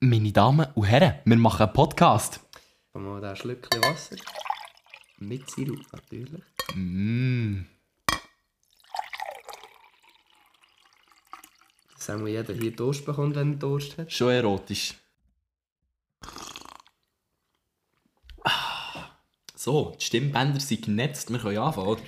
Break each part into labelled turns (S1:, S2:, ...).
S1: Meine Damen und Herren, wir machen einen Podcast.
S2: Komm mal da ein Schlückchen Wasser. Mit Sirup natürlich.
S1: Mm.
S2: Dass auch jeder hier Durst bekommt, wenn er Durst hat.
S1: Schon erotisch. Ah. So, die Stimmbänder sind genetzt, wir können anfangen, oder?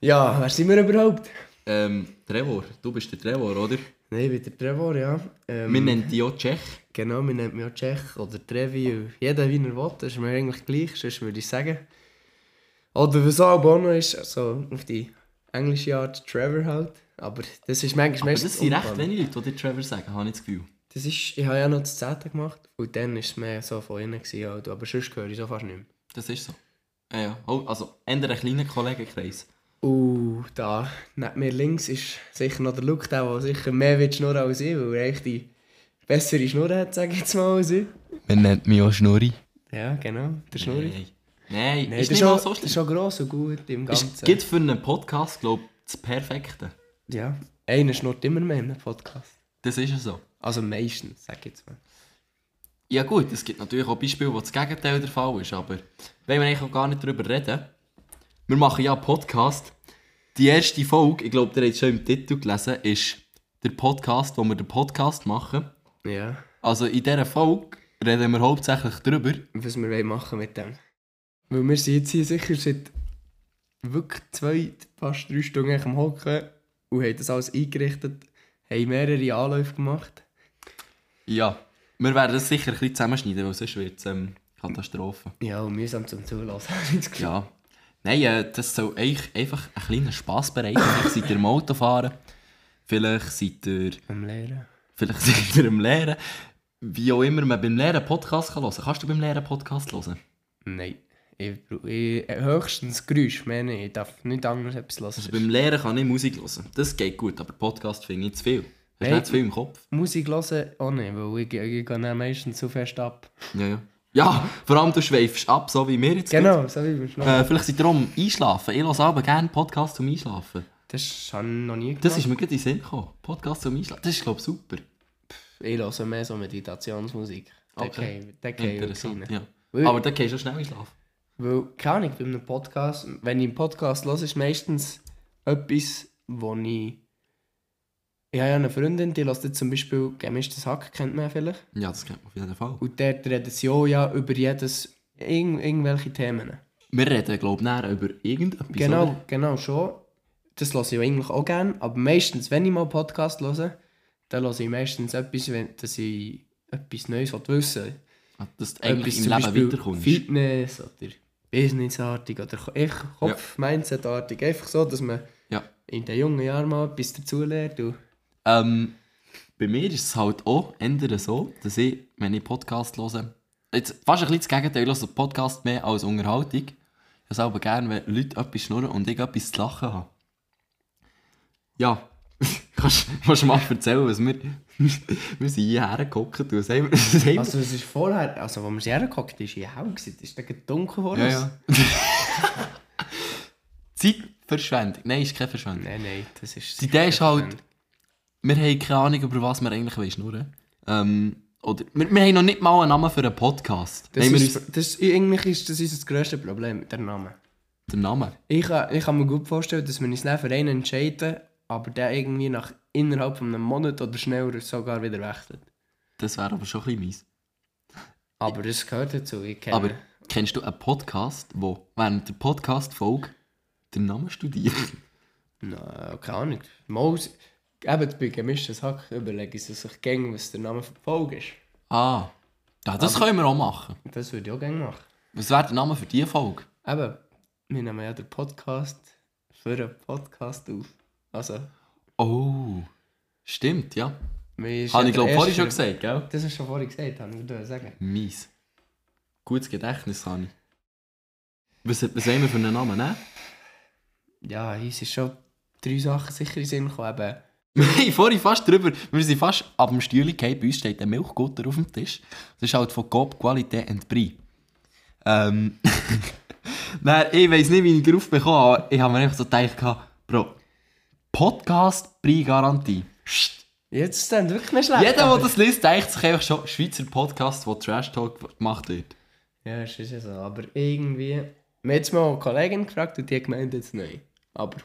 S2: Ja, wer sind wir überhaupt?
S1: Ähm, Trevor, du bist der Trevor, oder?
S2: Nein, ich bin der Trevor, ja. Ähm,
S1: Wir nennen dich auch Tschech.
S2: Genau, wir nennen mich auch Tschech oder Trevi. Jeder, wie er will, das ist mir eigentlich gleich, sonst würde ich sagen. Oder was auch Bono ist, also auf die englische Art Trevor halt. Aber das ist manchmal
S1: Aber
S2: meistens
S1: das sind recht
S2: unbekannt.
S1: wenige Leute, die dir Trevor sagen, habe ich das Gefühl.
S2: Das ist, ich habe ja noch das 10. gemacht und dann war es mehr so von innen. Gewesen, halt. aber sonst höre ich so fast nicht mehr.
S1: Das ist so. Ja, ja. Oh, also, ändere einen kleinen Kollegenkreis.
S2: Uh, da, neben mir links ist sicher noch der Luke, der, der sicher mehr will schnurren als ich, weil er echt die bessere Schnurre hat, sage ich jetzt mal, als ich.
S1: Man nennt mich auch Schnurri.
S2: Ja, genau, der Schnurri.
S1: Nein. Nein,
S2: Nein,
S1: ist nicht
S2: der ist auch,
S1: mal so
S2: der ist
S1: schlimm.
S2: auch gross und gut im
S1: Es
S2: Ganzen.
S1: gibt für einen Podcast, glaube ich, das Perfekte.
S2: Ja, einer schnurrt immer mehr in einem Podcast.
S1: Das ist ja so.
S2: Also meistens, sage ich jetzt mal.
S1: Ja gut, es gibt natürlich auch Beispiele, wo das Gegenteil der Fall ist, aber wenn wir eigentlich auch gar nicht darüber reden, wir machen ja einen Podcast. Die erste Folge, ich glaube, ihr habt es schon im Titel gelesen, ist der Podcast, wo wir den Podcast machen.
S2: Ja,
S1: Also in dieser Folge reden wir hauptsächlich darüber.
S2: was wir wollen machen mit dem. Weil wir sind jetzt hier sicher seit wirklich zwei, fast drei Stunden eigentlich am Hocken und haben das alles eingerichtet, haben mehrere Anläufe gemacht.
S1: Ja, wir werden das sicher ein bisschen zusammenschneiden, weil sonst wird es ähm, Katastrophe.
S2: Ja, und mühsam zum Zulassen, habe ich das Gefühl.
S1: Ja. Nein, äh, das soll euch einfach ein kleiner Spass bereiten. Vielleicht seid ihr im Autofahren, vielleicht seid ihr
S2: Beim Lehren.
S1: Vielleicht seid ihr im Lehren. Wie auch immer man beim Lehren Podcast kann hören kann. Kannst du beim Lehren Podcast hören?
S2: Nein. Ich, brau- ich, äh, höchstens Geräusch, mehr nicht. Ich darf nicht anderes etwas hören.
S1: Also beim Lehren kann ich Musik hören. Das geht gut, aber Podcast finde ich zu viel. Hast
S2: Hey.
S1: du nicht zu viel im Kopf?
S2: Musik hören auch nicht, weil ich, ich, ich gehe dann meistens zu fest ab.
S1: Ja, ja. Ja, vor allem du schweifst ab, so wie wir jetzt.
S2: Genau, so wie wir es machen.
S1: Äh, vielleicht seid ihr auch am Einschlafen. Ich höre aber gerne Podcast zum Einschlafen.
S2: Das habe ich noch nie gemacht.
S1: Das ist mir gerade in den Sinn gekommen. Podcast zum Einschlafen. Das ist, glaube ich, super.
S2: ich höre mehr so Meditationsmusik.
S1: Okay.
S2: Der
S1: Interessant, ja.
S2: Weil-
S1: Aber dann gehst du auch schnell einschlafen.
S2: Weil, keine Ahnung, bei einem Podcast, wenn ich einen Podcast höre, ist meistens etwas, wo ich... Ich habe ja eine Freundin, die hört jetzt zum Beispiel «Gemischtes Hack», kennt man vielleicht.
S1: Ja, das kennt man auf jeden Fall.
S2: Und dort reden sie auch ja über jedes, irgend, irgendwelche Themen.
S1: Wir reden, glaube ich, nachher über irgendetwas.
S2: genau,
S1: oder?
S2: genau, schon. Das höre ich ja eigentlich auch gerne. Aber meistens, wenn ich mal Podcast höre, dann höre ich meistens etwas, wenn, dass ich etwas Neues will wissen will.
S1: Dass du eigentlich
S2: Etwas
S1: im
S2: zum Beispiel
S1: Leben weiterkommst.
S2: Fitness oder Businessartig oder Ko- einfach Kopf-Mindset-artig. Einfach so, dass man
S1: Ja.
S2: in den jungen Jahren mal etwas dazulernt. und-
S1: Ähm, bei mir ist es halt auch ändern so, dass ich, wenn ich Podcast höre, jetzt fast ein bisschen das Gegenteil, ich höre Podcast mehr als Unterhaltung. Ich höre aber gerne, wenn Leute etwas schnurren und ich etwas zu lachen habe. Ja, kannst kannst du mal erzählen, was wir... wir sind hierher gekommen, du sagst mir... was haben wir-
S2: Also, es ist vorher, also, als wir sie hergeguckt haben, war ich hell. gewesen. Es ist dann dunkel vor
S1: ja,
S2: uns.
S1: ja. Zeitverschwendung. Nein, ist keine Verschwendung.
S2: Nein, nein, das ist.
S1: Die Idee ist halt, wir haben keine Ahnung, über was wir eigentlich wollen schnurren ähm, oder wir, wir haben noch nicht mal einen Namen für einen Podcast.
S2: Das
S1: haben wir
S2: ist,
S1: uns
S2: das ist, eigentlich ist das unser grösstes Problem, der Name.
S1: den Namen.
S2: Ich, kann- ich kann mir gut vorstellen, dass wir uns dann für einen entscheiden, aber der irgendwie nach innerhalb von einem Monat oder schneller sogar wieder wechselt.
S1: Das wäre aber schon ein bisschen mies.
S2: Aber das gehört dazu, ich kenne.
S1: Aber kennst du einen Podcast, wo während der Podcast-Folge den Namen studiert?
S2: Na, keine Ahnung. Mal, eben bei gemischtes Hack überlege ich es sich gäng, was der Name verfolgt ist.
S1: ah, ja, das können wir auch machen.
S2: Das würde ich auch gerne machen.
S1: Was wäre der Name für diese Folge?
S2: Eben, wir nehmen ja den Podcast für einen Podcast auf. Also,
S1: Oh, stimmt, ja.
S2: mir ist
S1: Habe
S2: ja
S1: ich
S2: der
S1: glaube vorhin
S2: erste-
S1: schon gesagt, gell?
S2: Das hast du schon vorhin gesagt, habe ich dir sagen.
S1: Mies. Gutes Gedächtnis, Hani. Was, was haben wir für einen Namen, ne?
S2: Ja, uns ist schon drei Sachen sicher in den Sinn gekommen. Eben,
S1: Wir haben vorhin fast drüber, wir sind fast ab dem Stühle gefallen. bei uns steht ein Milchgutter auf dem Tisch. Das ist halt von Coop, Qualité und Prix. Ähm, Nein, ich weiss nicht, wie ich drauf bekomme, aber ich habe mir einfach so gedacht, Bro, Podcast Prix Garantie. Psst,
S2: Jetzt ist es wirklich nicht schlecht.
S1: Jeder, der
S2: aber-
S1: das liest, denkt sich einfach schon, Schweizer Podcast, wo Trash Talk gemacht wird.
S2: Ja, das ist ja so. Aber irgendwie. Wir haben jetzt mal eine Kollegin gefragt und die hat gemeint jetzt nein. Aber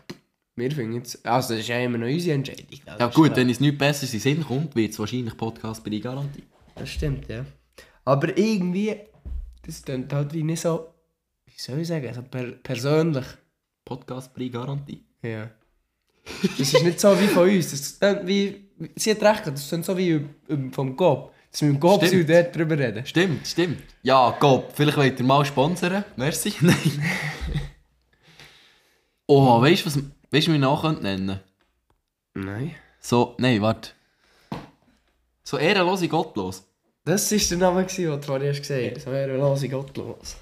S2: wir finden jetzt. Also, das ist ja immer noch unsere Entscheidung. Das
S1: Ja
S2: ist
S1: gut,
S2: klar.
S1: wenn es nichts Besseres in den Sinn kommt, wird es wahrscheinlich Podcast bei Garantie.
S2: Das stimmt, ja. Aber irgendwie. Das klingt halt wie nicht so. Wie soll ich sagen? So per persönlich.
S1: Podcast bei Garantie.
S2: Ja. Das ist nicht so wie von uns. Das klingt wie. Sie hat recht, gehabt, das klingt so wie ü- ü- vom Gob. Dass wir mit dem Gob
S1: Stimmt.
S2: sind und dort drüber reden.
S1: Stimmt, stimmt. Ja, Gott, vielleicht wollt ihr mal sponsern. Merci. Nein. oh, weißt du, was weißt, du, wie wir noch nennen könnten?
S2: Nein.
S1: So, nein, warte. So ehrenlos und gottlos.
S2: Das war der Name, gewesen, den du vorhin hast gesagt hast. So ehrenlose Gottlos.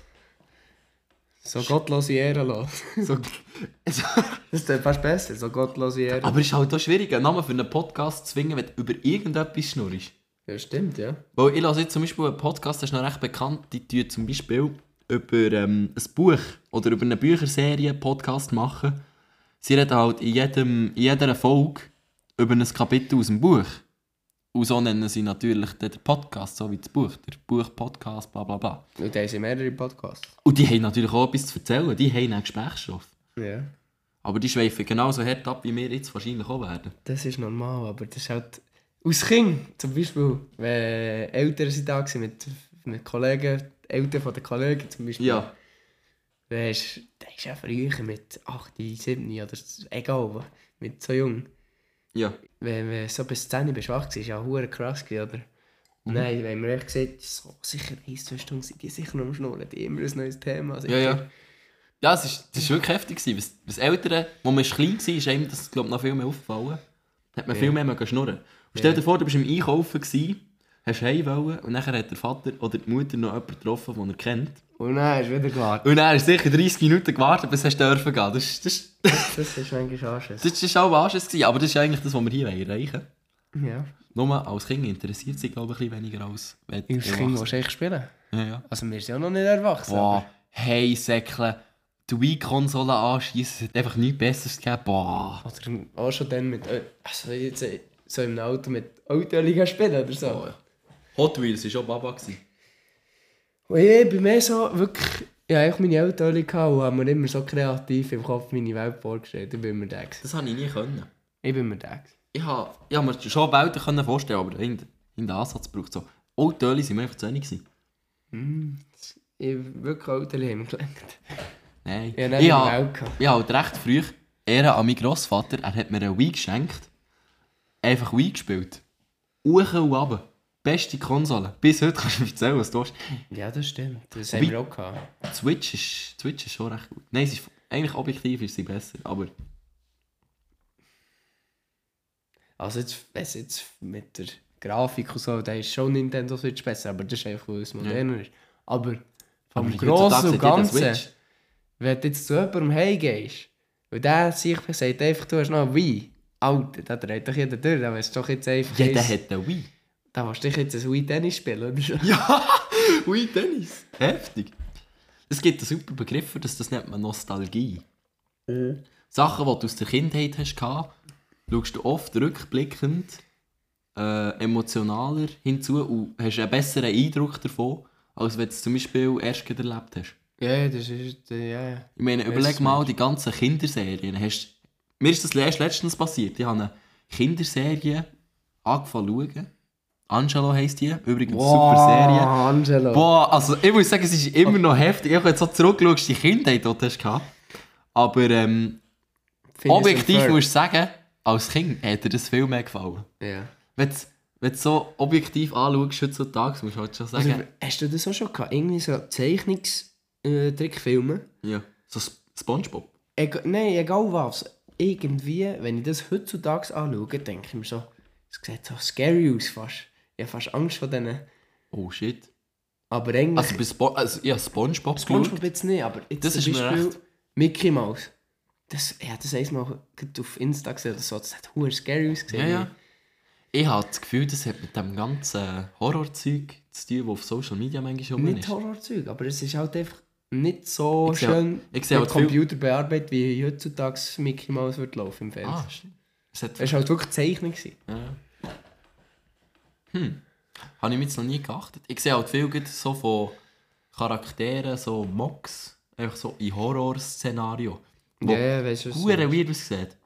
S2: So gottlose Ehrenlos.
S1: So,
S2: Das ist fast besser, so gottlose Ehrenlos.
S1: aber es ist halt auch schwierig, einen Namen für einen Podcast zu zwingen, wenn du über irgendetwas schnurrst.
S2: Ja, stimmt, ja.
S1: Weil ich lasse jetzt zum Beispiel einen Podcast, der ist noch recht bekannt, die tun zum Beispiel über ähm, ein Buch oder über eine Bücherserie einen Podcast machen. Sie reden halt in, jedem, in jeder Folge über ein Kapitel aus dem Buch. Und so nennen sie natürlich dann den Podcast, so wie das Buch. Der Buch-Podcast, bla bla bla.
S2: Und da haben sie mehrere Podcasts.
S1: Und die haben natürlich auch etwas zu erzählen, die haben einen Gesprächsstoff.
S2: Ja.
S1: Aber die schweifen genauso hart ab, wie wir jetzt wahrscheinlich auch werden.
S2: Das ist normal, aber das ist halt... Aus Kind, zum Beispiel, wenn Eltern sind da waren mit, mit Kollegen, die Eltern von den Kollegen zum Beispiel.
S1: Ja.
S2: Dann ist, da ist ja früher mit 8, 7 oder s- egal, wo- mit so jung.
S1: Ja.
S2: Wenn wenn so bis 10 bist wach war, ist ja hure krass, gewesen, oder? Nein, wenn man echt sieht, so sicher ein, zwei Stunden sind die sicher noch am Schnurren, die haben immer ein neues Thema. sicher.
S1: Ja, ja. Ja, es ist, das ist wirklich heftig. gewesen. Was, was Eltern, wo man ist klein war, ist einem das glaub, ich, noch viel mehr aufgefallen. Da hat man viel mehr mögen schnurren. Und stell dir vor, du bist im Einkaufen, gewesen, hast heim wollen und dann hat der Vater oder die Mutter noch jemanden getroffen, den er kennt.
S2: Und dann ist wieder klar.
S1: Und dann hast du sicher 30 Minuten gewartet, bis es dürfen gehen. Das, ist- das, ist-
S2: Das ist manchmal Arsches.
S1: das, ist auch Anschiss gewesen, aber das ist eigentlich das, was wir hier erreichen wollen.
S2: Ja.
S1: Nur als Kind interessiert sich, glaube ich, ein bisschen weniger als wenn du
S2: Als Kind willst du echt spielen.
S1: Ja, ja.
S2: Also wir sind ja noch nicht erwachsen.
S1: Boah, hey Säckle, die Wii-Konsole anschießen, es hat einfach nichts Besseres gegeben. Boah.
S2: aber- Oder auch schon dann mit... Ö- Also jetzt äh, so im Auto mit Autoliga spielen oder so.
S1: Oh, ja. Hot Wheels war auch Baba. gewesen.
S2: Und ich bin mehr so wirklich... Ja, ich meine Autoliga gehabt und habe mir immer so kreativ im Kopf meine Welt vorgestellt. Ich bin mir der. gewesen.
S1: Das konnte ich nie. Können.
S2: Ich bin mir der. gewesen.
S1: Ich habe ich hab mir schon Welten können vorstellen, aber in, in den Ansatz braucht es so. Oh, die Töli waren mir einfach zu wenig. gewesen.
S2: Ich bin wirklich Autoliga hingelegt.
S1: Nein.
S2: Ja, nein,
S1: ich
S2: meine
S1: habe
S2: Welt gehabt.
S1: ich habe halt recht früh Ehre an meinen Grossvater, er hat mir eine Wii geschenkt. Einfach Wii gespielt. Uche und runter. Beste Konsole. Bis heute kannst du mir erzählen, was du hast.
S2: Ja, das stimmt. Das haben wir auch gehabt.
S1: Die Switch ist, die Switch ist schon recht gut. Nein, sie ist, eigentlich objektiv ist sie besser, aber...
S2: Also jetzt, wenn es jetzt mit der Grafik und so, da ist schon Nintendo Switch besser, aber das ist einfach, weil es moderner ist. Aber vom
S1: aber
S2: Grossen
S1: heutzutage hat
S2: und
S1: jeder
S2: Ganzen,
S1: Switch.
S2: wenn du jetzt zu jemandem heimgehst, und der sich sagt einfach, du hast noch ein Wii, Alter, da dreht doch jeder durch, da weißt du doch jetzt einfach,
S1: Jeder
S2: ist-
S1: hat eine Wii.
S2: da willst du dich jetzt ein Wii-Tennis spielen, oder so.
S1: Ui, Tennis. Heftig. Es gibt einen super Begriff für das, das nennt man Nostalgie. Sachen, die du aus der Kindheit hast, gehabt, schaust du oft rückblickend äh, emotionaler hinzu und hast einen besseren Eindruck davon, als wenn du es zum Beispiel erst gerade erlebt hast.
S2: Ja, das ist, äh, ja, ja.
S1: Ich meine, überleg mal die ganzen Kinderserien. Hast, mir ist das erst letztens passiert. Ich habe eine Kinderserie angefangen zu schauen. Angelo heisst die. Übrigens, super Serie.
S2: Angelo.
S1: Boah, also ich muss sagen, es ist immer noch heftig. Ich habe jetzt so zurückschaust, die Kindheit, die du hast gehabt. Aber ähm,
S2: Phineas und
S1: objektiv
S2: Ferb.
S1: musst du sagen, als Kind hat dir das viel mehr gefallen.
S2: Ja.
S1: Wenn du wenn du so objektiv anschaust, heutzutage, musst du halt schon sagen,
S2: Also, hast du das auch schon gehabt? Irgendwie so Zeichnungs-Trickfilme?
S1: ja, so Sp- Spongebob.
S2: Ega Nein, egal was. Irgendwie, wenn ich das heutzutage anschaue, denke ich mir so, es sieht so scary aus fast. Ich habe fast Angst vor denen.
S1: Oh shit.
S2: Aber eigentlich,
S1: Also, bei Spo also ja, Spongebob, Spongebob.
S2: Spongebob jetzt nicht, aber jetzt
S1: Das
S2: zum
S1: ist mir
S2: Beispiel
S1: recht.
S2: Mickey Mouse. Das, ich habe das einmal gerade auf Insta gesehen oder so, das hat huere scary ausgesehen.
S1: Ja, ja. Ich habe das Gefühl, das hat mit dem ganzen Horrorzeug zu tun, das auf Social Media manchmal rum
S2: Nicht
S1: ist.
S2: Horrorzeug, aber es ist halt einfach nicht so
S1: Ich sehe-
S2: schön
S1: ich sehe
S2: mit
S1: halt viel-
S2: Computer bearbeitet, wie heutzutage Mickey Mouse wird laufen im Fernsehen.
S1: Ah, shit. Es hat
S2: Es war halt wirklich Zeichnung. gewesen.
S1: Ja. Habe ich mir jetzt noch nie geachtet. Ich sehe halt viel gut so von Charakteren, so Mocks, einfach so in Horrorszenario.
S2: Ja,
S1: Wo
S2: ja, weißt du was?
S1: Hure weird aussieht.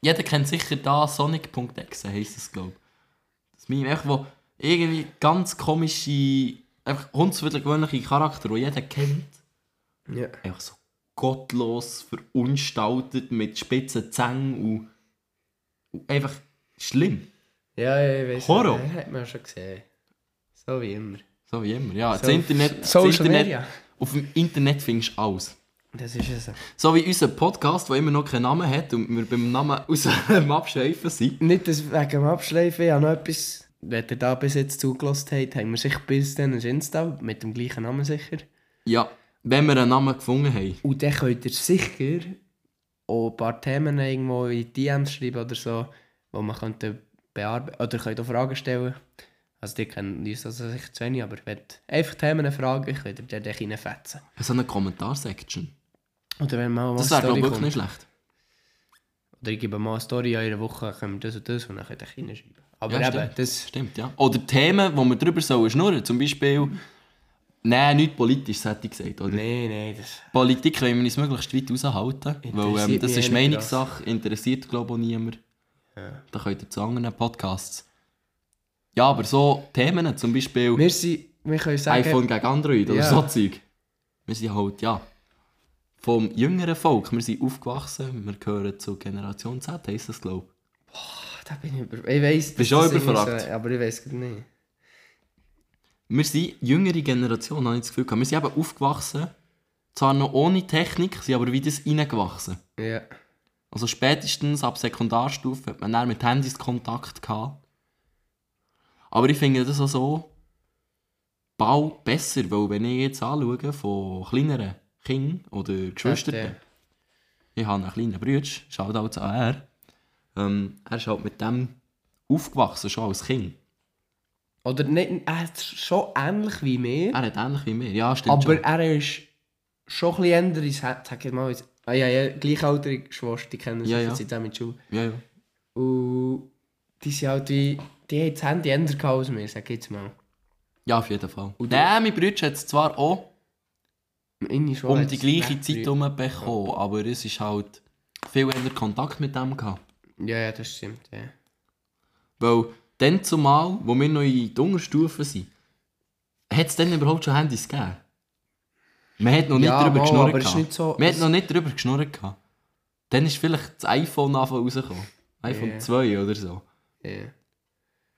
S1: Jeder kennt sicher da Sonic.exe, heisst es, glaube ich. Das Meme, einfach, wo irgendwie ganz komische, einfach unzwidergewöhnliche Charakter, die jeder kennt.
S2: Ja.
S1: Einfach so gottlos, verunstaltet, mit spitzen Zähnen und, und einfach schlimm.
S2: ja, ja, ich weiß.
S1: Horror.
S2: Ja, hat man ja schon gesehen. So wie immer.
S1: So wie immer, ja.
S2: So
S1: das
S2: auf
S1: Internet, das
S2: Social
S1: Internet,
S2: Media.
S1: Auf dem Internet findest du alles.
S2: Das ist es.
S1: So wie unser Podcast, der immer noch keinen Namen hat und wir beim Namen aus dem Abschweifen sind.
S2: Nicht dass wegen dem Abschleifen, ich habe noch etwas. Wenn ihr da bis jetzt zugelassen habt, haben wir sich bis dann ein Insta mit dem gleichen Namen sicher.
S1: Ja, wenn wir einen Namen gefunden haben.
S2: Und dann könnt ihr sicher auch ein paar Themen irgendwo in die DMs schreiben oder so, wo man könnte bearbeiten oder könnt auch Fragen stellen. Also die kennen uns also sicher zu wenig, aber wenn ihr einfach Themen fragen, könnt ihr dann reinfetzen.
S1: So eine Kommentarsektion.
S2: Oder wenn mal
S1: Das
S2: eine
S1: wäre, glaube
S2: Story
S1: ich, wirklich
S2: kommt.
S1: nicht schlecht.
S2: Oder ich gebe mal eine Story an einer Woche, können wir das und das und dann könnt ihr reinschreiben. Aber
S1: Ja,
S2: eben,
S1: stimmt.
S2: das...
S1: Stimmt, ja. Oder Themen, wo wir drüber sollen schnurren. Zum Beispiel, nein, nicht politisch, hätte ich gesagt. Oder?
S2: Nein, nein, das...
S1: Politik wollen wir uns möglichst weit raushalten. Weil ähm,
S2: Interessiert
S1: das
S2: mich
S1: ist
S2: eh nicht
S1: Meinungssache, interessiert, glaube ich, auch niemand.
S2: Ja.
S1: Da könnt ihr zu anderen Podcasts. Ja, aber so Themen, zum Beispiel.
S2: Wir sind... Wir können sagen...
S1: iPhone gegen Android oder
S2: Ja.
S1: so Zeug. Wir sind halt, ja, vom jüngeren Volk. Wir sind aufgewachsen, wir gehören zur Generation Z, heisst das, glaube ich.
S2: Oh, da bin ich über... Ich weiss...
S1: Bist
S2: dass
S1: auch
S2: das irgendwie
S1: überfragt?
S2: So, aber ich weiss es nicht.
S1: Wir sind jüngere Generation, habe ich das Gefühl. gehabt. Wir sind eben aufgewachsen, zwar noch ohne Technik, sind aber wie das reingewachsen.
S2: Ja.
S1: Also spätestens ab Sekundarstufe hat man dann mit Handys Kontakt gehabt. Aber ich finde das auch so bald besser, weil wenn ich jetzt anschaue von kleineren Kindern oder Geschwistern,
S2: Ja, ja.
S1: ich habe einen kleinen Bruder, Shoutout an er. Ähm, er ist halt mit dem aufgewachsen, schon als Kind.
S2: Oder nicht... Er ist schon ähnlich wie mir.
S1: Er hat ähnlich wie mir, ja stimmt
S2: Aber
S1: schon.
S2: er ist schon ein bisschen älter, ich sag sag jetzt mal. jetzt- Ah ja, ja, gleichaltrige Geschwister, die kennen sich
S1: Ja,
S2: ja,
S1: ja.
S2: ja. zusammen in der Schule.
S1: Ja, ja.
S2: Und die sind halt wie, die haben das Handy älter gehabt als wir, sag ich jetzt mal.
S1: ja, auf jeden Fall.
S2: Und du-
S1: Nein, mein Bruder hat es zwar auch
S2: Meine Schule
S1: um
S2: hat
S1: die
S2: es
S1: gleiche
S2: recht
S1: Zeit
S2: früh-
S1: herum bekommen, aber es ist halt viel eher Kontakt mit dem gehabt.
S2: Ja, ja, das stimmt, ja.
S1: Weil dann zumal, wo wir noch in der Unterstufe sind, hat es dann überhaupt schon Handys gegeben? Man hat noch nicht
S2: Ja,
S1: drüber
S2: mal,
S1: geschnurrt.
S2: aber es ist
S1: gehabt.
S2: nicht so-
S1: Man hat
S2: es-
S1: noch nicht drüber geschnurrt. Gehabt. Dann ist vielleicht das iPhone anfangen rausgekommen. iPhone
S2: Ja.
S1: 2 oder so.
S2: ja.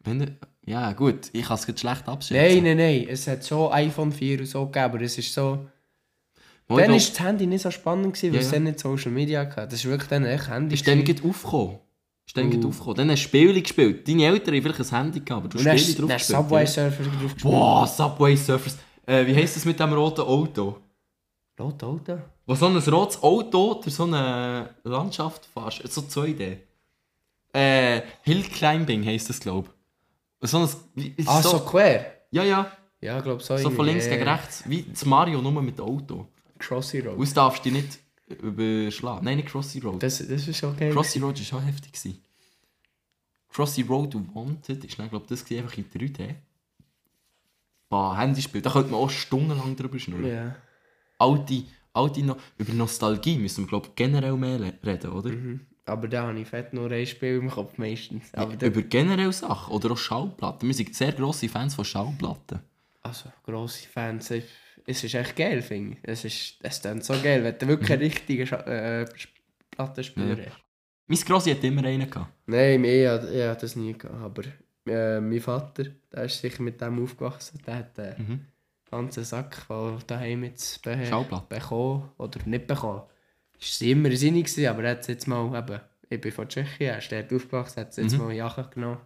S1: Wenn du, ja, gut, ich kann es jetzt schlecht abschätzen.
S2: Nein, nein, nein, es hat so iPhone 4 und so gegeben, aber es ist so...
S1: Mal,
S2: dann
S1: glaub,
S2: war das Handy nicht so spannend, gewesen, weil
S1: Ja,
S2: es
S1: ja.
S2: dann nicht Social Media gab. Das war wirklich dann echt Handy.
S1: ist dann
S2: gewesen.
S1: gleich aufgekommen. Ist dann gleich
S2: Uh.
S1: aufgekommen. Dann hast du Spiele gespielt. Deine Eltern haben vielleicht ein Handy gehabt, aber du
S2: Und dann
S1: hast
S2: hast
S1: Spiele drauf
S2: dann hast
S1: gespielt.
S2: du Subway
S1: ja.
S2: Surfer drauf gespielt.
S1: Boah, Subway Surfers. Äh, wie heisst das mit dem roten Auto?
S2: Lot, Auto.
S1: Wo so ein rotes Auto durch so eine Landschaft fährst. So 2D. Äh, Hillclimbing heisst das, glaube ich. So ein. wie-
S2: Ah, so, quer?
S1: Ja, ja.
S2: Ja, ich glaube so.
S1: So von
S2: irgendwie,
S1: links
S2: ja,
S1: gegen
S2: ja.
S1: rechts. Wie das Mario nur mit Auto.
S2: Crossy Road.
S1: Aus darfst du dich nicht überschlagen. Nein, nicht Crossy Road.
S2: Das, das ist okay.
S1: Crossy Road war schon heftig. Gewesen. Crossy Road und Wanted ist dann, glaube ich, das gewesen, einfach in 3D. Boah, Handyspiel. Da könnte man auch stundenlang drüber schnurren.
S2: Ja.
S1: alte, alte no über Nostalgie müssen wir glaube ich generell mehr le- reden, oder?
S2: Mhm. Aber da habe ich fett nur ein Spiel im Kopf meistens. Aber da,
S1: über generell Sachen oder auch Schallplatten. Wir sind sehr grosse Fans von Schallplatten.
S2: also, grosse Fans. ich- Es ist echt geil, finde ich. Es ist es klingt so geil, wenn du wirklich einen richtigen Scha- äh, Sch- Plattenspieler
S1: Ja.
S2: hast.
S1: Mein Grossi hat immer einen gehabt.
S2: Nein, ich hatte ich hatte das nie gehabt. Aber äh, mein Vater, der ist sicher mit dem aufgewachsen. Der hat den
S1: Mhm.
S2: ganzen Sack von daheim jetzt be
S1: Schallplatten.
S2: bekommen. Oder nicht bekommen. Es war immer sinnig, gewesen, aber er hat es jetzt mal eben. Ich bin von Tschechien, er ist dort aufgewachsen, hat es jetzt
S1: Mhm.
S2: mal in Aachen genommen.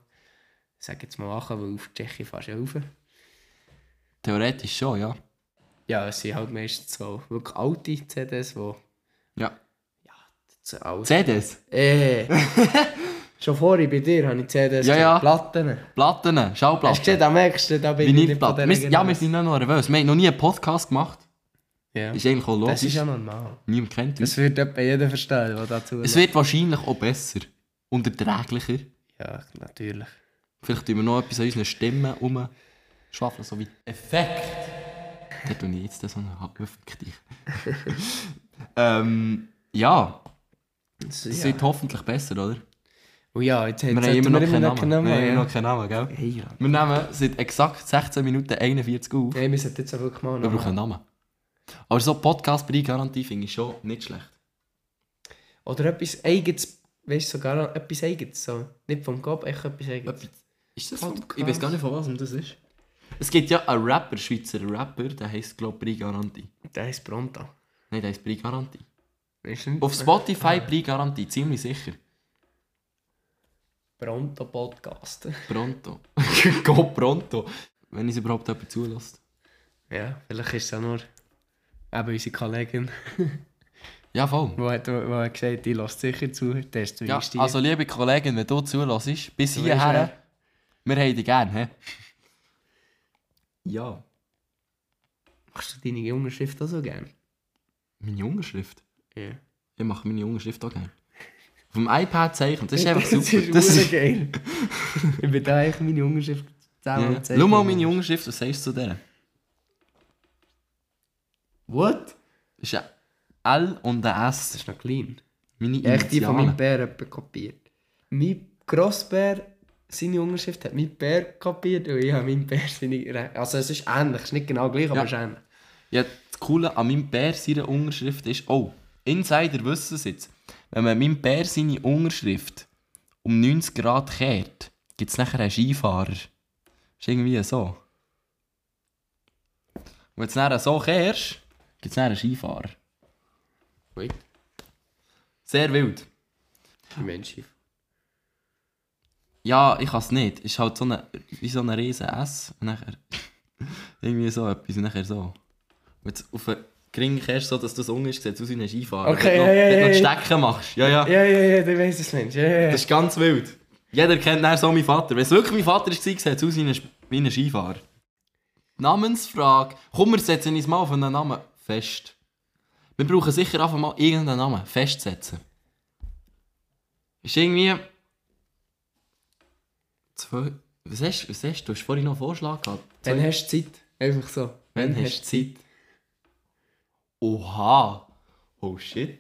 S2: Ich sage jetzt mal Aachen, weil auf Tschechien fährst du ja rauf.
S1: Theoretisch schon, ja.
S2: Ja, es sind halt meistens so wirklich alte CDs, die
S1: Ja.
S2: zu alt
S1: CDs,
S2: Äh. Schon vorher bei dir habe ich CDs,
S1: Ja, ja.
S2: gehabt, Platten.
S1: Platten,
S2: Hast du gesehen,
S1: Schallplatten.
S2: da merkst du, da bin ich nicht von
S1: Vinylplatten.
S2: dieser
S1: Wir- Ja, wir
S2: Generation.
S1: sind noch nervös. Wir haben noch nie einen Podcast gemacht.
S2: Ja.
S1: Ist eigentlich auch
S2: Das ist
S1: logisch.
S2: ja normal.
S1: Niemand kennt uns.
S2: Das wird etwa jeder verstehen, der dazu
S1: Es wird wahrscheinlich auch besser und erträglicher.
S2: Ja, natürlich.
S1: Vielleicht tun wir noch etwas an unseren Stimmen um. Schwafeln, so wie Effekt. Da tue ich jetzt so einen Effekt dich. ähm, ja, es
S2: ja.
S1: wird hoffentlich besser, oder?
S2: Oh ja, jetzt
S1: Wir
S2: hat
S1: haben immer noch keinen Namen. wir haben
S2: Hey,
S1: immer noch keinen Namen, gell?
S2: ja.
S1: Wir nehmen seit exakt 16 Minuten 41 auf.
S2: Hey, wir sollten jetzt auch wirklich mal einen
S1: Wir brauchen
S2: Namen.
S1: einen Namen. Aber so Podcast-Preis-Garantie finde ich schon nicht schlecht.
S2: Oder etwas Eigenes, weißt du, sogar etwas Eigenes. So. Nicht vom Kopf, echt etwas Eigenes.
S1: Ist das
S2: Podcast?
S1: Ich weiß gar nicht, von was das ist. Es gibt ja einen Rapper, Schweizer Rapper, der heisst, glaube ich, Preis-Garantie.
S2: Der heisst Pronto.
S1: Nein, der heisst Preis-Garantie.
S2: Weißt du nicht?
S1: Auf Spotify Preis-Garantie, ziemlich sicher.
S2: Pronto Podcast.
S1: Pronto. Go pronto. Wenn es überhaupt jemand zulässt.
S2: Ja, vielleicht ist es auch nur eben unsere Kollegin,
S1: Ja, voll.
S2: die hat, die hat gesagt, die lässt sicher zu, der ist
S1: Ja,
S2: zumindest
S1: also, liebe Kollegen, wenn du zulässt, bis
S2: Du
S1: hierher,
S2: weißt,
S1: wir haben dich gerne, hä? Ja.
S2: Machst du deine Unterschrift auch so gerne?
S1: Meine Unterschrift.
S2: Ja.
S1: Ich mache meine Unterschrift auch gerne. Auf dem iPad zeichnen,
S2: Dus
S1: das ist einfach super.
S2: Das ist,
S1: Das ist-
S2: geil. ich bin da eigentlich meine Unterschrift zusammen
S1: ja. Schau mal meine Unterschrift, was sagst du zu der?
S2: What?
S1: Das ist ein L und ein S.
S2: Das
S1: Das ist
S2: ist noch klein.
S1: meine
S2: Ja, ich die von meinem
S1: Initialen.
S2: Bär jemand kopiert. Mein Grossbär, seine Unterschrift hat mein Bär kopiert und ich habe meinen Bär seine... Also es ist ähnlich, es ist nicht genau gleich, aber
S1: Ja.
S2: es ist ähnlich.
S1: Ja, das Coole an meinem Bär seiner Unterschrift ist, oh, Insider wissen es jetzt, wenn man meinem Bär seine Unterschrift um 90 Grad kehrt, gibt es nachher einen Skifahrer. Ist irgendwie so. Und wenn du es nachher so kehrst, gibt es nachher einen Skifahrer.
S2: Wait,
S1: Sehr wild.
S2: ich meine schief.
S1: Ja, ich kann es nicht. Ist halt so eine, wie so eine riesen S. Und nachher irgendwie so etwas und nachher so. Wenn du auf einen Kring kehrst, so dass du das unten ist, sieht es aus wie ein Skifahrer.
S2: Okay,
S1: wenn du, noch-
S2: ja, ja,
S1: wenn du noch die
S2: ja,
S1: Stecken machst. Ja, ja.
S2: Ja, ja, ja, du weißt es, Mensch. Ja, ja, ja.
S1: Das ist ganz wild. Jeder kennt nachher so meinen Vater. Wenn es wirklich mein Vater war, sieht es aus wie ein, wie ein Skifahrer. Namensfrage. Komm, wir setzen uns mal auf einen Namen fest. Wir brauchen sicher einfach mal irgendeinen Namen festsetzen. Ist irgendwie... Zwei... Was hast, was hast du? Du hast vorhin noch einen Vorschlag gehabt.
S2: Wann hast du Zeit? Einfach so.
S1: Wann hast du Zeit? Oha! Oh shit.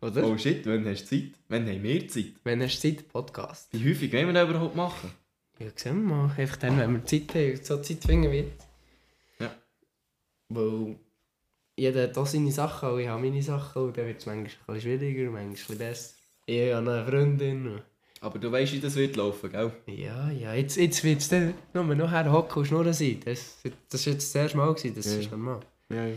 S2: Oder?
S1: Oh shit, wann hast du Zeit? Wann haben wir Zeit?
S2: Wenn hast du Zeit, Podcast.
S1: Wie häufig wollen wir das überhaupt machen?
S2: Ja, sehen wir mal. Einfach dann, wenn wir Zeit haben, so Zeit finden wird.
S1: Ja.
S2: Weil jeder hat auch seine Sachen und ich habe meine Sachen und dann wird es manchmal ein bisschen schwieriger, manchmal ein bisschen besser. Ich habe noch eine Freundin. und-
S1: Aber du weißt, wie das wird laufen, gell?
S2: Ja, ja, jetzt, jetzt wird es dann nur noch herhocken und schnurren sein. Das war das jetzt das erste Mal, gewesen, das
S1: Ja.
S2: ist normal.
S1: Ja, ja.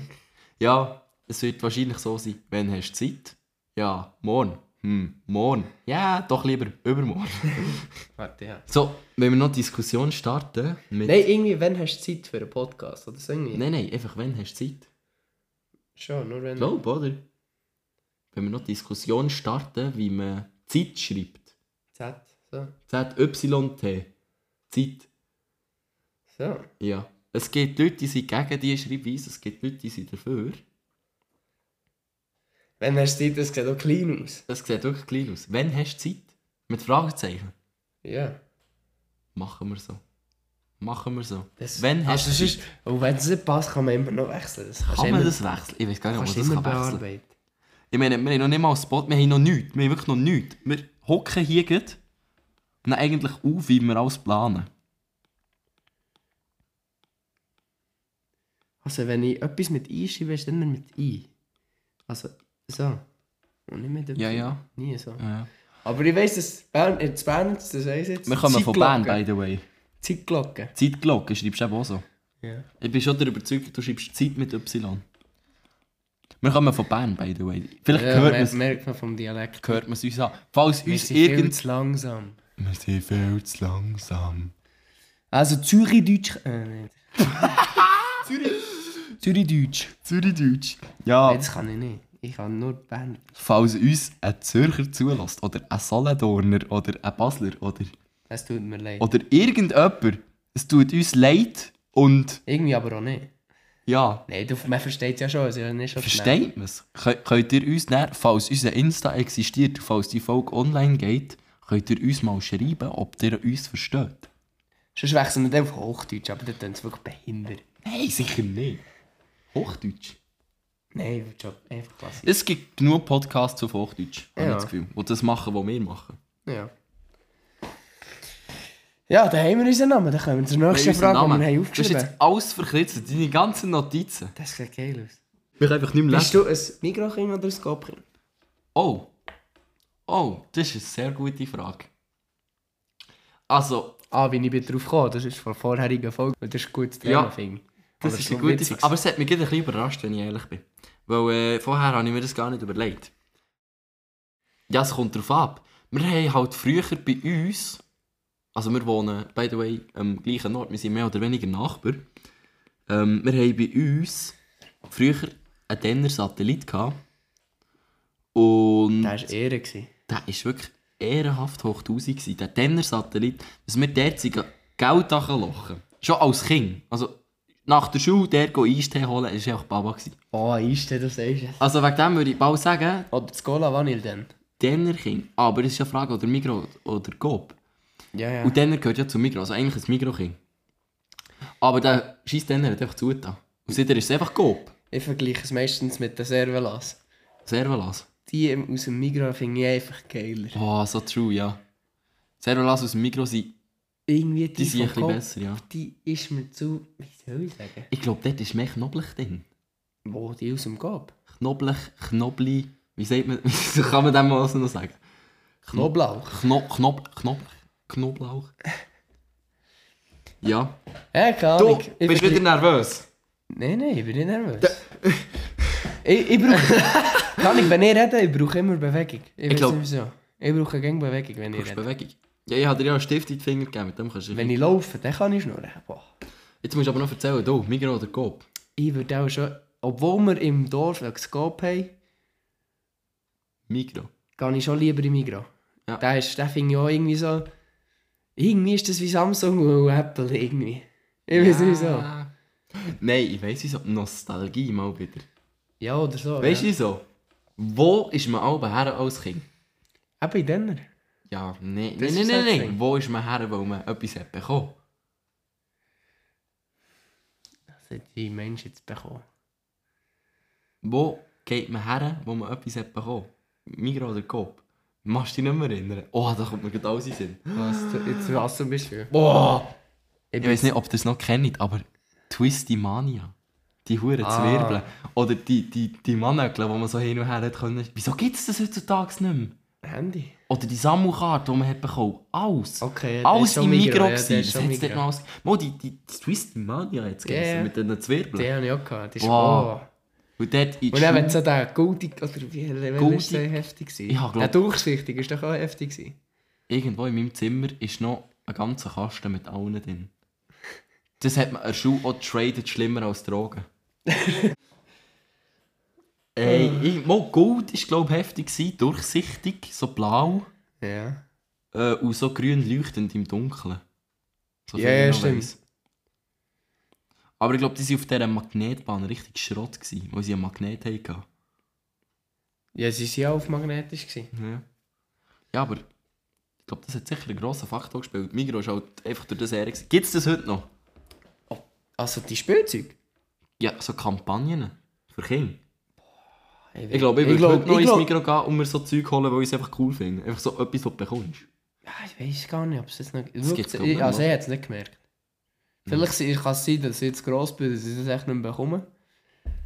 S1: Ja, es wird wahrscheinlich so sein. Wann hast du Zeit? Ja, morgen. Hm, morgen. Ja, doch lieber übermorgen.
S2: Warte, ja.
S1: So, wenn wir noch die Diskussion starten mit...
S2: Nein, irgendwie, wenn hast du Zeit für einen Podcast oder so irgendwie?
S1: Nein, nein, einfach wann hast du Zeit?
S2: Schon, nur wenn...
S1: Glaub, oder? Wenn wir noch die Diskussion starten, wie man Zeit schreibt.
S2: Z, so.
S1: Z-Y-T. Zeit.
S2: So.
S1: Ja. Es gibt Leute, die sind gegen diese Schreibweise, es gibt Leute, die sind dafür.
S2: Wenn hast du Zeit, das sieht auch klein aus.
S1: Das sieht wirklich klein aus. Wann hast du Zeit? Mit Fragezeichen.
S2: Ja.
S1: Machen wir so. Machen wir so.
S2: Das,
S1: Wenn hast
S2: also,
S1: du
S2: es ist, und wenn es nicht passt, kann man immer noch wechseln. Das kannst du
S1: Kann
S2: immer,
S1: man das wechseln? Ich weiß gar nicht, ob
S2: kannst
S1: man das
S2: immer
S1: kann wechseln kann.
S2: bearbeiten
S1: Ich meine, wir haben noch nicht mal einen Spot, wir haben noch nichts. Wir haben wirklich noch nichts. Wir hocken hier gerade und nehmen eigentlich auf, wie wir alles planen.
S2: Also, wenn ich etwas mit I schreibe, ist immer mit I. Also, so. Und nicht mit
S1: Ja, ja.
S2: Nie so.
S1: Ja.
S2: Aber ich weiss, dass Bern, in dus Bern, das heisst jetzt.
S1: Wir kommen von Bern,
S2: Zeitglocken.
S1: by the way.
S2: Zeitglocken.
S1: Zeitglocke schreibst du eben auch so.
S2: Ja.
S1: Ich bin schon der Überzeugung, du schreibst Zeit mit Y. Wir kommen von Bern, by the way. Vielleicht
S2: Ja,
S1: hört
S2: mer-
S1: man es
S2: merkt man vom Dialekt.
S1: hört man's uns an. Falls
S2: Wir
S1: uns
S2: sind viel
S1: irgend...
S2: zu langsam.
S1: Wir sind viel zu langsam.
S2: Also, Zürichdeutsch. Äh, nicht. Zürichdeutsch.
S1: Zürichdeutsch. Ja.
S2: Nein, Das kann ich nicht. Ich kann nur Bern.
S1: Falls uns ein Zürcher zulässt, oder ein Saladorner, oder ein Basler, oder,
S2: Das tut mir leid.
S1: oder irgendjemand, es tut uns leid und
S2: Irgendwie aber auch nicht.
S1: ja,
S2: Nein, du, man versteht es ja schon. Also nicht schon
S1: versteht man es? Könnt ihr uns dann, falls unser Insta existiert, falls die Folge online geht, könnt ihr uns mal schreiben, ob ihr uns versteht.
S2: Sonst wechseln wir dann auf Hochdeutsch, aber dann tun es wirklich behindert.
S1: Nein, sicher nicht. Hochdeutsch.
S2: Nein, wird schon einfach klassisch.
S1: Es gibt genug Podcasts auf Hochdeutsch, habe
S2: Ja.
S1: ich das Gefühl. Und das machen, was wir machen.
S2: Ja. Ja, dann haben wir unseren Namen. Dann kommen wir zur nächsten
S1: Bei unserem
S2: Frage, die
S1: Namen.
S2: wir haben
S1: Das ist
S2: aufgeschrieben
S1: jetzt alles verkritzt, deine ganzen Notizen.
S2: Das sieht geil aus.
S1: Wir können einfach nicht mehr
S2: Bist du ein Mikrochim oder ein Skopchim?
S1: Oh. Oh, das ist eine sehr gute Frage. Also,
S2: Ah, wie ich bin drauf gekommen, das ist von der vorherigen Folge. weil Das ist ein gutes Thema,
S1: Ja,
S2: finde ich.
S1: das
S2: Aber
S1: ist
S2: so
S1: eine gute
S2: witzig.
S1: Frage. Aber es hat mich gerade ein bisschen überrascht, wenn ich ehrlich bin. Weil äh, vorher habe ich mir das gar nicht überlegt. Ja, es kommt darauf ab. Wir haben halt früher bei uns, also wir wohnen, by the way, um, am gleichen Ort, wir sind mehr oder weniger Nachbar. Ähm, wir haben bei uns früher einen Denner-Satellit gehabt. Und...
S2: Das war Ehre. gewesen.
S1: Der war wirklich ehrenhaft hoch 1000 gewesen. Der Tenner-Satellit, dass wir dort sind, Geld lochen. Schon als Kind. Also nach der Schule der go Eistee holen, ist einfach Baba gewesen.
S2: Oh, ist der, du sagst es.
S1: Also wegen dem würde ich bald sagen,
S2: Oder das Cola Vanille dann?
S1: Tenner King. Aber es ist ja eine Frage, oder Migro oder Coop.
S2: Ja, ja.
S1: Und Tenner gehört ja zu Migro, also eigentlich ein Migro King. Aber der scheiß Tenner hat einfach zugetan. Und seitdem ist es einfach Coop.
S2: Ich vergleiche es meistens mit den Servelas.
S1: Servalas.
S2: Die im- aus dem Migros finde ich einfach geiler.
S1: Oh, so true, ja. Servalas aus dem Migro sind,
S2: Irgendwie die,
S1: die sind ein
S2: von
S1: bisschen besser, ja.
S2: Kopf, Die ist mir zu... Wie soll ich sagen?
S1: Ich glaube, dort ist mehr Knoblauch drin.
S2: Wo die aus dem Kopf?
S1: Knoblauch, Knobli, wie sagt man, wie kann man dem mal so noch sagen?
S2: Knoblauch.
S1: Kno, Knob, Knob, Knoblauch. Ja.
S2: Ja, keine
S1: Du
S2: Ahnung. Ich
S1: bist
S2: vergleiche-
S1: wieder nervös.
S2: Nein, nein, ich bin nicht nervös. ich, ich brauche... Kann ich, wenn ich rede, ich brauche immer Bewegung. Ich, weiß
S1: glaub-
S2: nicht wieso. Ich brauche gerne Bewegung, wenn
S1: Du
S2: ich
S1: hast
S2: rede.
S1: Bewegung. Ja, ich habe dir ja einen Stift in die Finger gegeben, mit dem kannst du...
S2: Wenn ich laufe, dann kann ich schnurren. Boah.
S1: Jetzt musst du aber noch erzählen, du, Migros oder Coop?
S2: Ich würde auch schon... Obwohl wir im Dorf ein Skop haben,
S1: Migros.
S2: gehe ich schon lieber in Migros.
S1: Ja.
S2: Da ist, der finde ich auch irgendwie so. Irgendwie ist das wie Samsung und Apple irgendwie. Ich weiß nicht wieso.
S1: Ja. Nein, ich weiss wieso. Nostalgie mal wieder.
S2: Ja, oder so.
S1: Weißt du
S2: ja.
S1: wieso? Wo ist man alle her als Kind?
S2: Eben in Denner.
S1: Ja, nee,
S2: Das
S1: nee, nee,
S2: ist
S1: nee,
S2: das
S1: nee.
S2: Ding.
S1: Wo ist man her, weil man etwas hat bekommen?
S2: Das hat die Mensch jetzt bekommen.
S1: Wo geht man her, wo man etwas hat bekommen? Migros oder Coop? Machst du dich nicht mehr erinnern? Oh, da kommt mir gerade alles in den Sinn.
S2: Was du, jetzt was du bist für.
S1: Boah!
S2: Ich
S1: Ich weiß nicht, ob ihr es noch kennt, aber Twisty Mania. Die Huren
S2: Ah.
S1: Zwirbeln. Oder Oh, die, die, die Manöckel, die man so hin und her hat können. Wieso gibt es das heutzutage nicht mehr?
S2: Handy.
S1: Oder die Sammelkarte, die man hat bekommen Alles.
S2: Okay, ja, der ist
S1: alles
S2: schon
S1: im Migros. Ja,
S2: Migros, ja, der
S1: das
S2: ist schon
S1: hat's dort
S2: Migros.
S1: noch alles. nou Mo, die, die, die Twisty Mania hat es
S2: Ja,
S1: gegessen,
S2: ja.
S1: mit den Zwirbeln.
S2: Den habe ich auch gehabt. Das ist
S1: Wow.
S2: wow.
S1: Und dort in die
S2: Und dann, wenn
S1: Schule-
S2: so der Goldig. Oder wie Goldig.
S1: Goldig.
S2: ist der heftig? gewesen?
S1: Ich hab glaub-
S2: Der durchsichtig ist doch auch heftig. gewesen.
S1: irgendwo in meinem Zimmer ist noch ein ganzer Kasten mit allen drin. Das hat man an der Schule auch traded schlimmer als Drogen. Ey, ich- mal Gold war glaube ich heftig, gewesen, durchsichtig, so blau
S2: Ja.
S1: äh, und so grün leuchtend im Dunkeln. So
S2: Ja,
S1: viel
S2: ja,
S1: ich noch
S2: stimmt.
S1: weiss. Aber ich glaube, die waren auf dieser Magnetbahn richtig Schrott, gewesen, weil sie einen Magnet hatten.
S2: Ja, sie waren ja auf magnetisch. Gewesen.
S1: Ja. ja, aber ich glaube, das hat sicher einen grossen Faktor gespielt. Migros ist halt einfach durch das her. Gibt es das heute noch?
S2: Also die Spielzeug.
S1: Ja, so Kampagnen für Kinder.
S2: Ich,
S1: Ich glaube, ich würde
S2: glaub-
S1: heute noch
S2: ich
S1: ins
S2: glaub-
S1: Migros gehen und mir so Zeug holen, weil ich es einfach cool finde. Einfach so etwas, was du bekommst.
S2: Ja, ich weiß gar nicht, ob es jetzt noch.
S1: gibt's doch
S2: ich,
S1: nicht,
S2: also,
S1: oder?
S2: ich hätte es nicht gemerkt. Vielleicht ja. kann es sein, dass ich jetzt gross bin, dass ich das echt nicht mehr bekomme.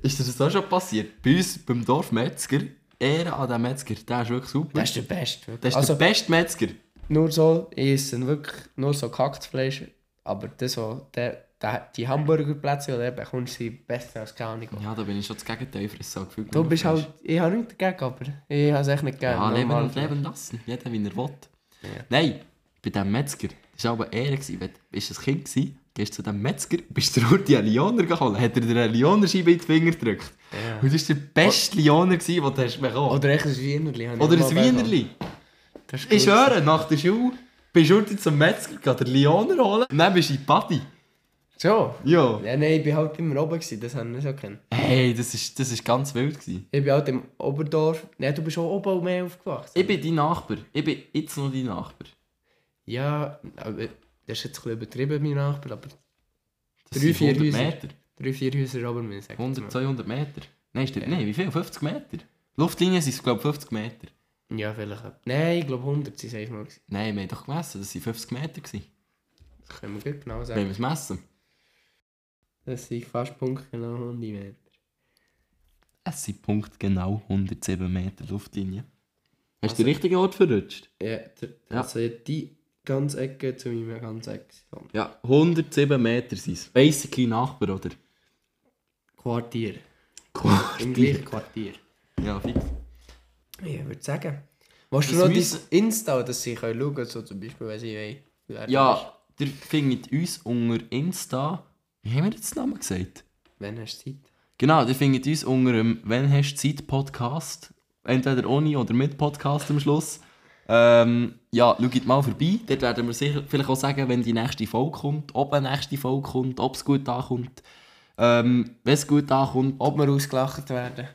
S1: Ist dir das auch schon passiert? Bei uns, beim Dorf Metzger, Ehre an den Metzger, der ist wirklich super.
S2: Das ist der Beste. Wirklich.
S1: der, ist
S2: also,
S1: der beste Metzger.
S2: nur so, ich esse wirklich nur so gehackt Fleisch. Aber das, so, der, der, die Hamburgerplätze, die du bekommst, sind besser als keine. Ja.
S1: Ja, da bin ich schon das Gegenteil für das gefühlt.
S2: Du bist halt. Ich habe nichts dagegen, aber ich habe es echt nicht gern.
S1: Ja, leben
S2: normal.
S1: und leben lassen. Jeder, wie er will.
S2: Ja.
S1: Nein, bei diesem Metzger. Das war aber Ehre. gewesen. Wenn du bist ein Kind gewesen, gehst zu diesem Metzger, bist du nur die Lioner geholt. Hat er dir eine Lionerscheibe in die Finger gedrückt.
S2: Ja.
S1: Und das war der beste Lioner, gewesen, den du hast bekommen
S2: Oder echt ein Wienerli. habe ich
S1: Oder
S2: auch
S1: ein
S2: mal bekommen.
S1: Wienerli.
S2: Das ist
S1: Ich
S2: gut.
S1: höre, nach der Schule bist du heute zum Metzger, gehst den Lioner holen und dann bist du in die Party.
S2: So?
S1: Ja.
S2: Ja, nein, ich war halt immer oben, gewesen, das habe ich nicht so kennen.
S1: Hey, das ist, das ist ganz wild. Gewesen.
S2: Ich bin halt im Oberdorf. Nein, du bist auch oben und mehr aufgewachsen.
S1: Ich bin dein Nachbar. Ich bin jetzt noch dein Nachbar.
S2: Ja, nou, aber das ist jetzt ein bisschen übertrieben, mein Nachbar, aber
S1: Das
S2: Drei,
S1: sind
S2: vier
S1: 100
S2: Häuser.
S1: Meter.
S2: drei, vier Häuser oben, muss ich sagen.
S1: 100, 200 Meter. Nein, ist das, nein, wie viel? 50 Meter? Luftlinie sind es, glaube ich, 50 Meter.
S2: Ja, vielleicht. etwa- Nein, ich glaube 100, sie sagen mal. gewesen.
S1: Nein, wir haben doch gemessen, das waren 50 Meter. Gewesen.
S2: Das können wir gut genau
S1: Wenn
S2: sagen.
S1: wir es messen.
S2: Das sind fast punktgenau 100 Meter.
S1: Es sind punktgenau 107 Meter Luftlinie. Hast
S2: Also-
S1: du den richtigen Ort verrutscht?
S2: Ja, der, also eh, die eh, ganze Ecke zu meiner ganzen Ecke. So.
S1: Ja, 107 Meter sind es. Basically Nachbar, oder?
S2: Quartier. Im
S1: Quartier.
S2: gleichen Quartier.
S1: Ja, fix.
S2: Ich würde sagen. Willst du
S1: Das
S2: noch dein
S1: müssen-
S2: Insta, dass sie können schauen können, so zum Beispiel, wenn sie wollen? wer du bist?
S1: Ja, ihr findet uns unter Insta. Wie haben wir jetzt den Namen gesagt?
S2: Wenn hast du Zeit.
S1: Genau, ihr findet uns unter dem Wenn hast du Zeit Podcast. Entweder ohne oder mit Podcast am Schluss. Ähm, ja, schaut mal vorbei. Dort werden wir sicher, vielleicht auch sagen, wenn die nächste Folge kommt, ob eine nächste Folge kommt, ob es gut ankommt. Ähm, wenn es gut ankommt, ob
S2: Ob wir ausgelacht werden?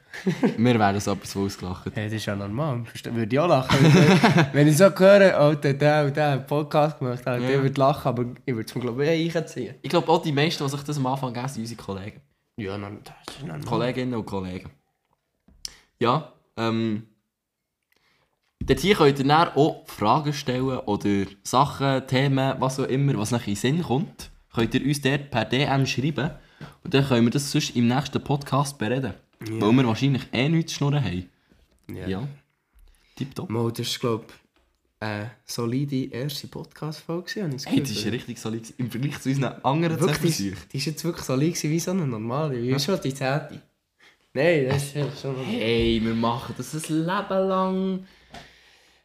S1: wir werden so etwas von ausgelacht.
S2: Hey, das ist ja normal. Verste- Würde ich auch lachen. Wenn- Wenn ich so höre, Alter, der und der hat Podcast gemacht, Alter,
S1: Ja.
S2: ich würde lachen, aber ich würde es mir, glaube ich, einziehen.
S1: Ich glaube auch die meisten, die sich das am Anfang geben, sind unsere Kollegen.
S2: Ja, nou, na, das ist normal.
S1: Kolleginnen und Kollegen. Ja, ähm. Dort hier könnt ihr dann auch Fragen stellen oder Sachen, Themen, was auch immer, was nachher in den Sinn kommt. Könnt ihr uns dort per DM schreiben. Und dann können wir das sonst im nächsten Podcast bereden. Weil wir wahrscheinlich eh nichts zu schnurren haben.
S2: Ja.
S1: Ja. Tipptopp.
S2: Mo, das ist, glaube ich, eine solide erste Podcast-Folge. habe ich das
S1: Hey, das
S2: Gefühl.
S1: war richtig solid. gewesen. Im Vergleich zu unseren anderen
S2: wirklich,
S1: Zählen.
S2: die ist jetzt wirklich so leer gewesen wie so eine normale. Wie schon die Zehnte. Nein, das ist schon normal.
S1: Hey, wir machen das ein Leben lang.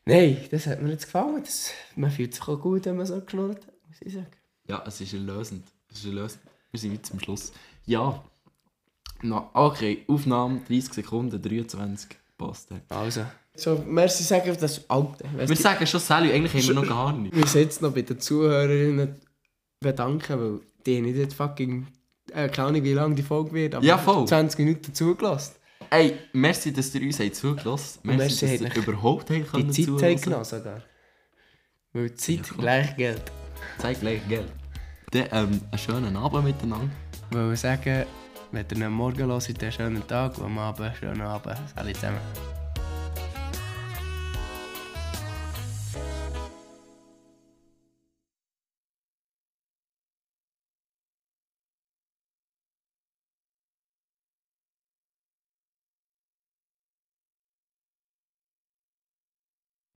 S2: Nein, das hat mir jetzt gefallen. Das, man fühlt sich auch gut, wenn man so geschnurrt hat, muss ich sagen.
S1: Ja, es ist erlösend. Es ist erlösend. Wir sind jetzt am Schluss. Ja. Na, okay, Aufnahme 30 Sekunden, 23. Passt. dann.
S2: Also. So, merci sagen, dass du Alter.
S1: Wir sagen schon Sally, eigentlich haben wir noch gar nicht.
S2: Wir müssen jetzt noch bei den Zuhörerinnen bedanken, weil die haben nicht jetzt fucking. Äh, keine Ahnung, wie lange die Folge wird, aber
S1: Ja, voll.
S2: 20 Minuten zugelassen.
S1: Ey, merci, dass ihr uns habt zugelassen habt. Merci,
S2: merci,
S1: dass
S2: hat
S1: ihr
S2: mich-
S1: überhaupt habt
S2: Die
S1: können
S2: Zeit
S1: zuhören.
S2: haben genommen sogar. Weil die Zeit
S1: Ja, klar.
S2: gleich Geld.
S1: Zeig gleich Geld. Dann ähm, einen schönen Abend miteinander.
S2: Weil wir sagen, wenn ihr ihn am Morgen hört, einen schönen Tag und am Abend einen schönen Abend. Alle zusammen.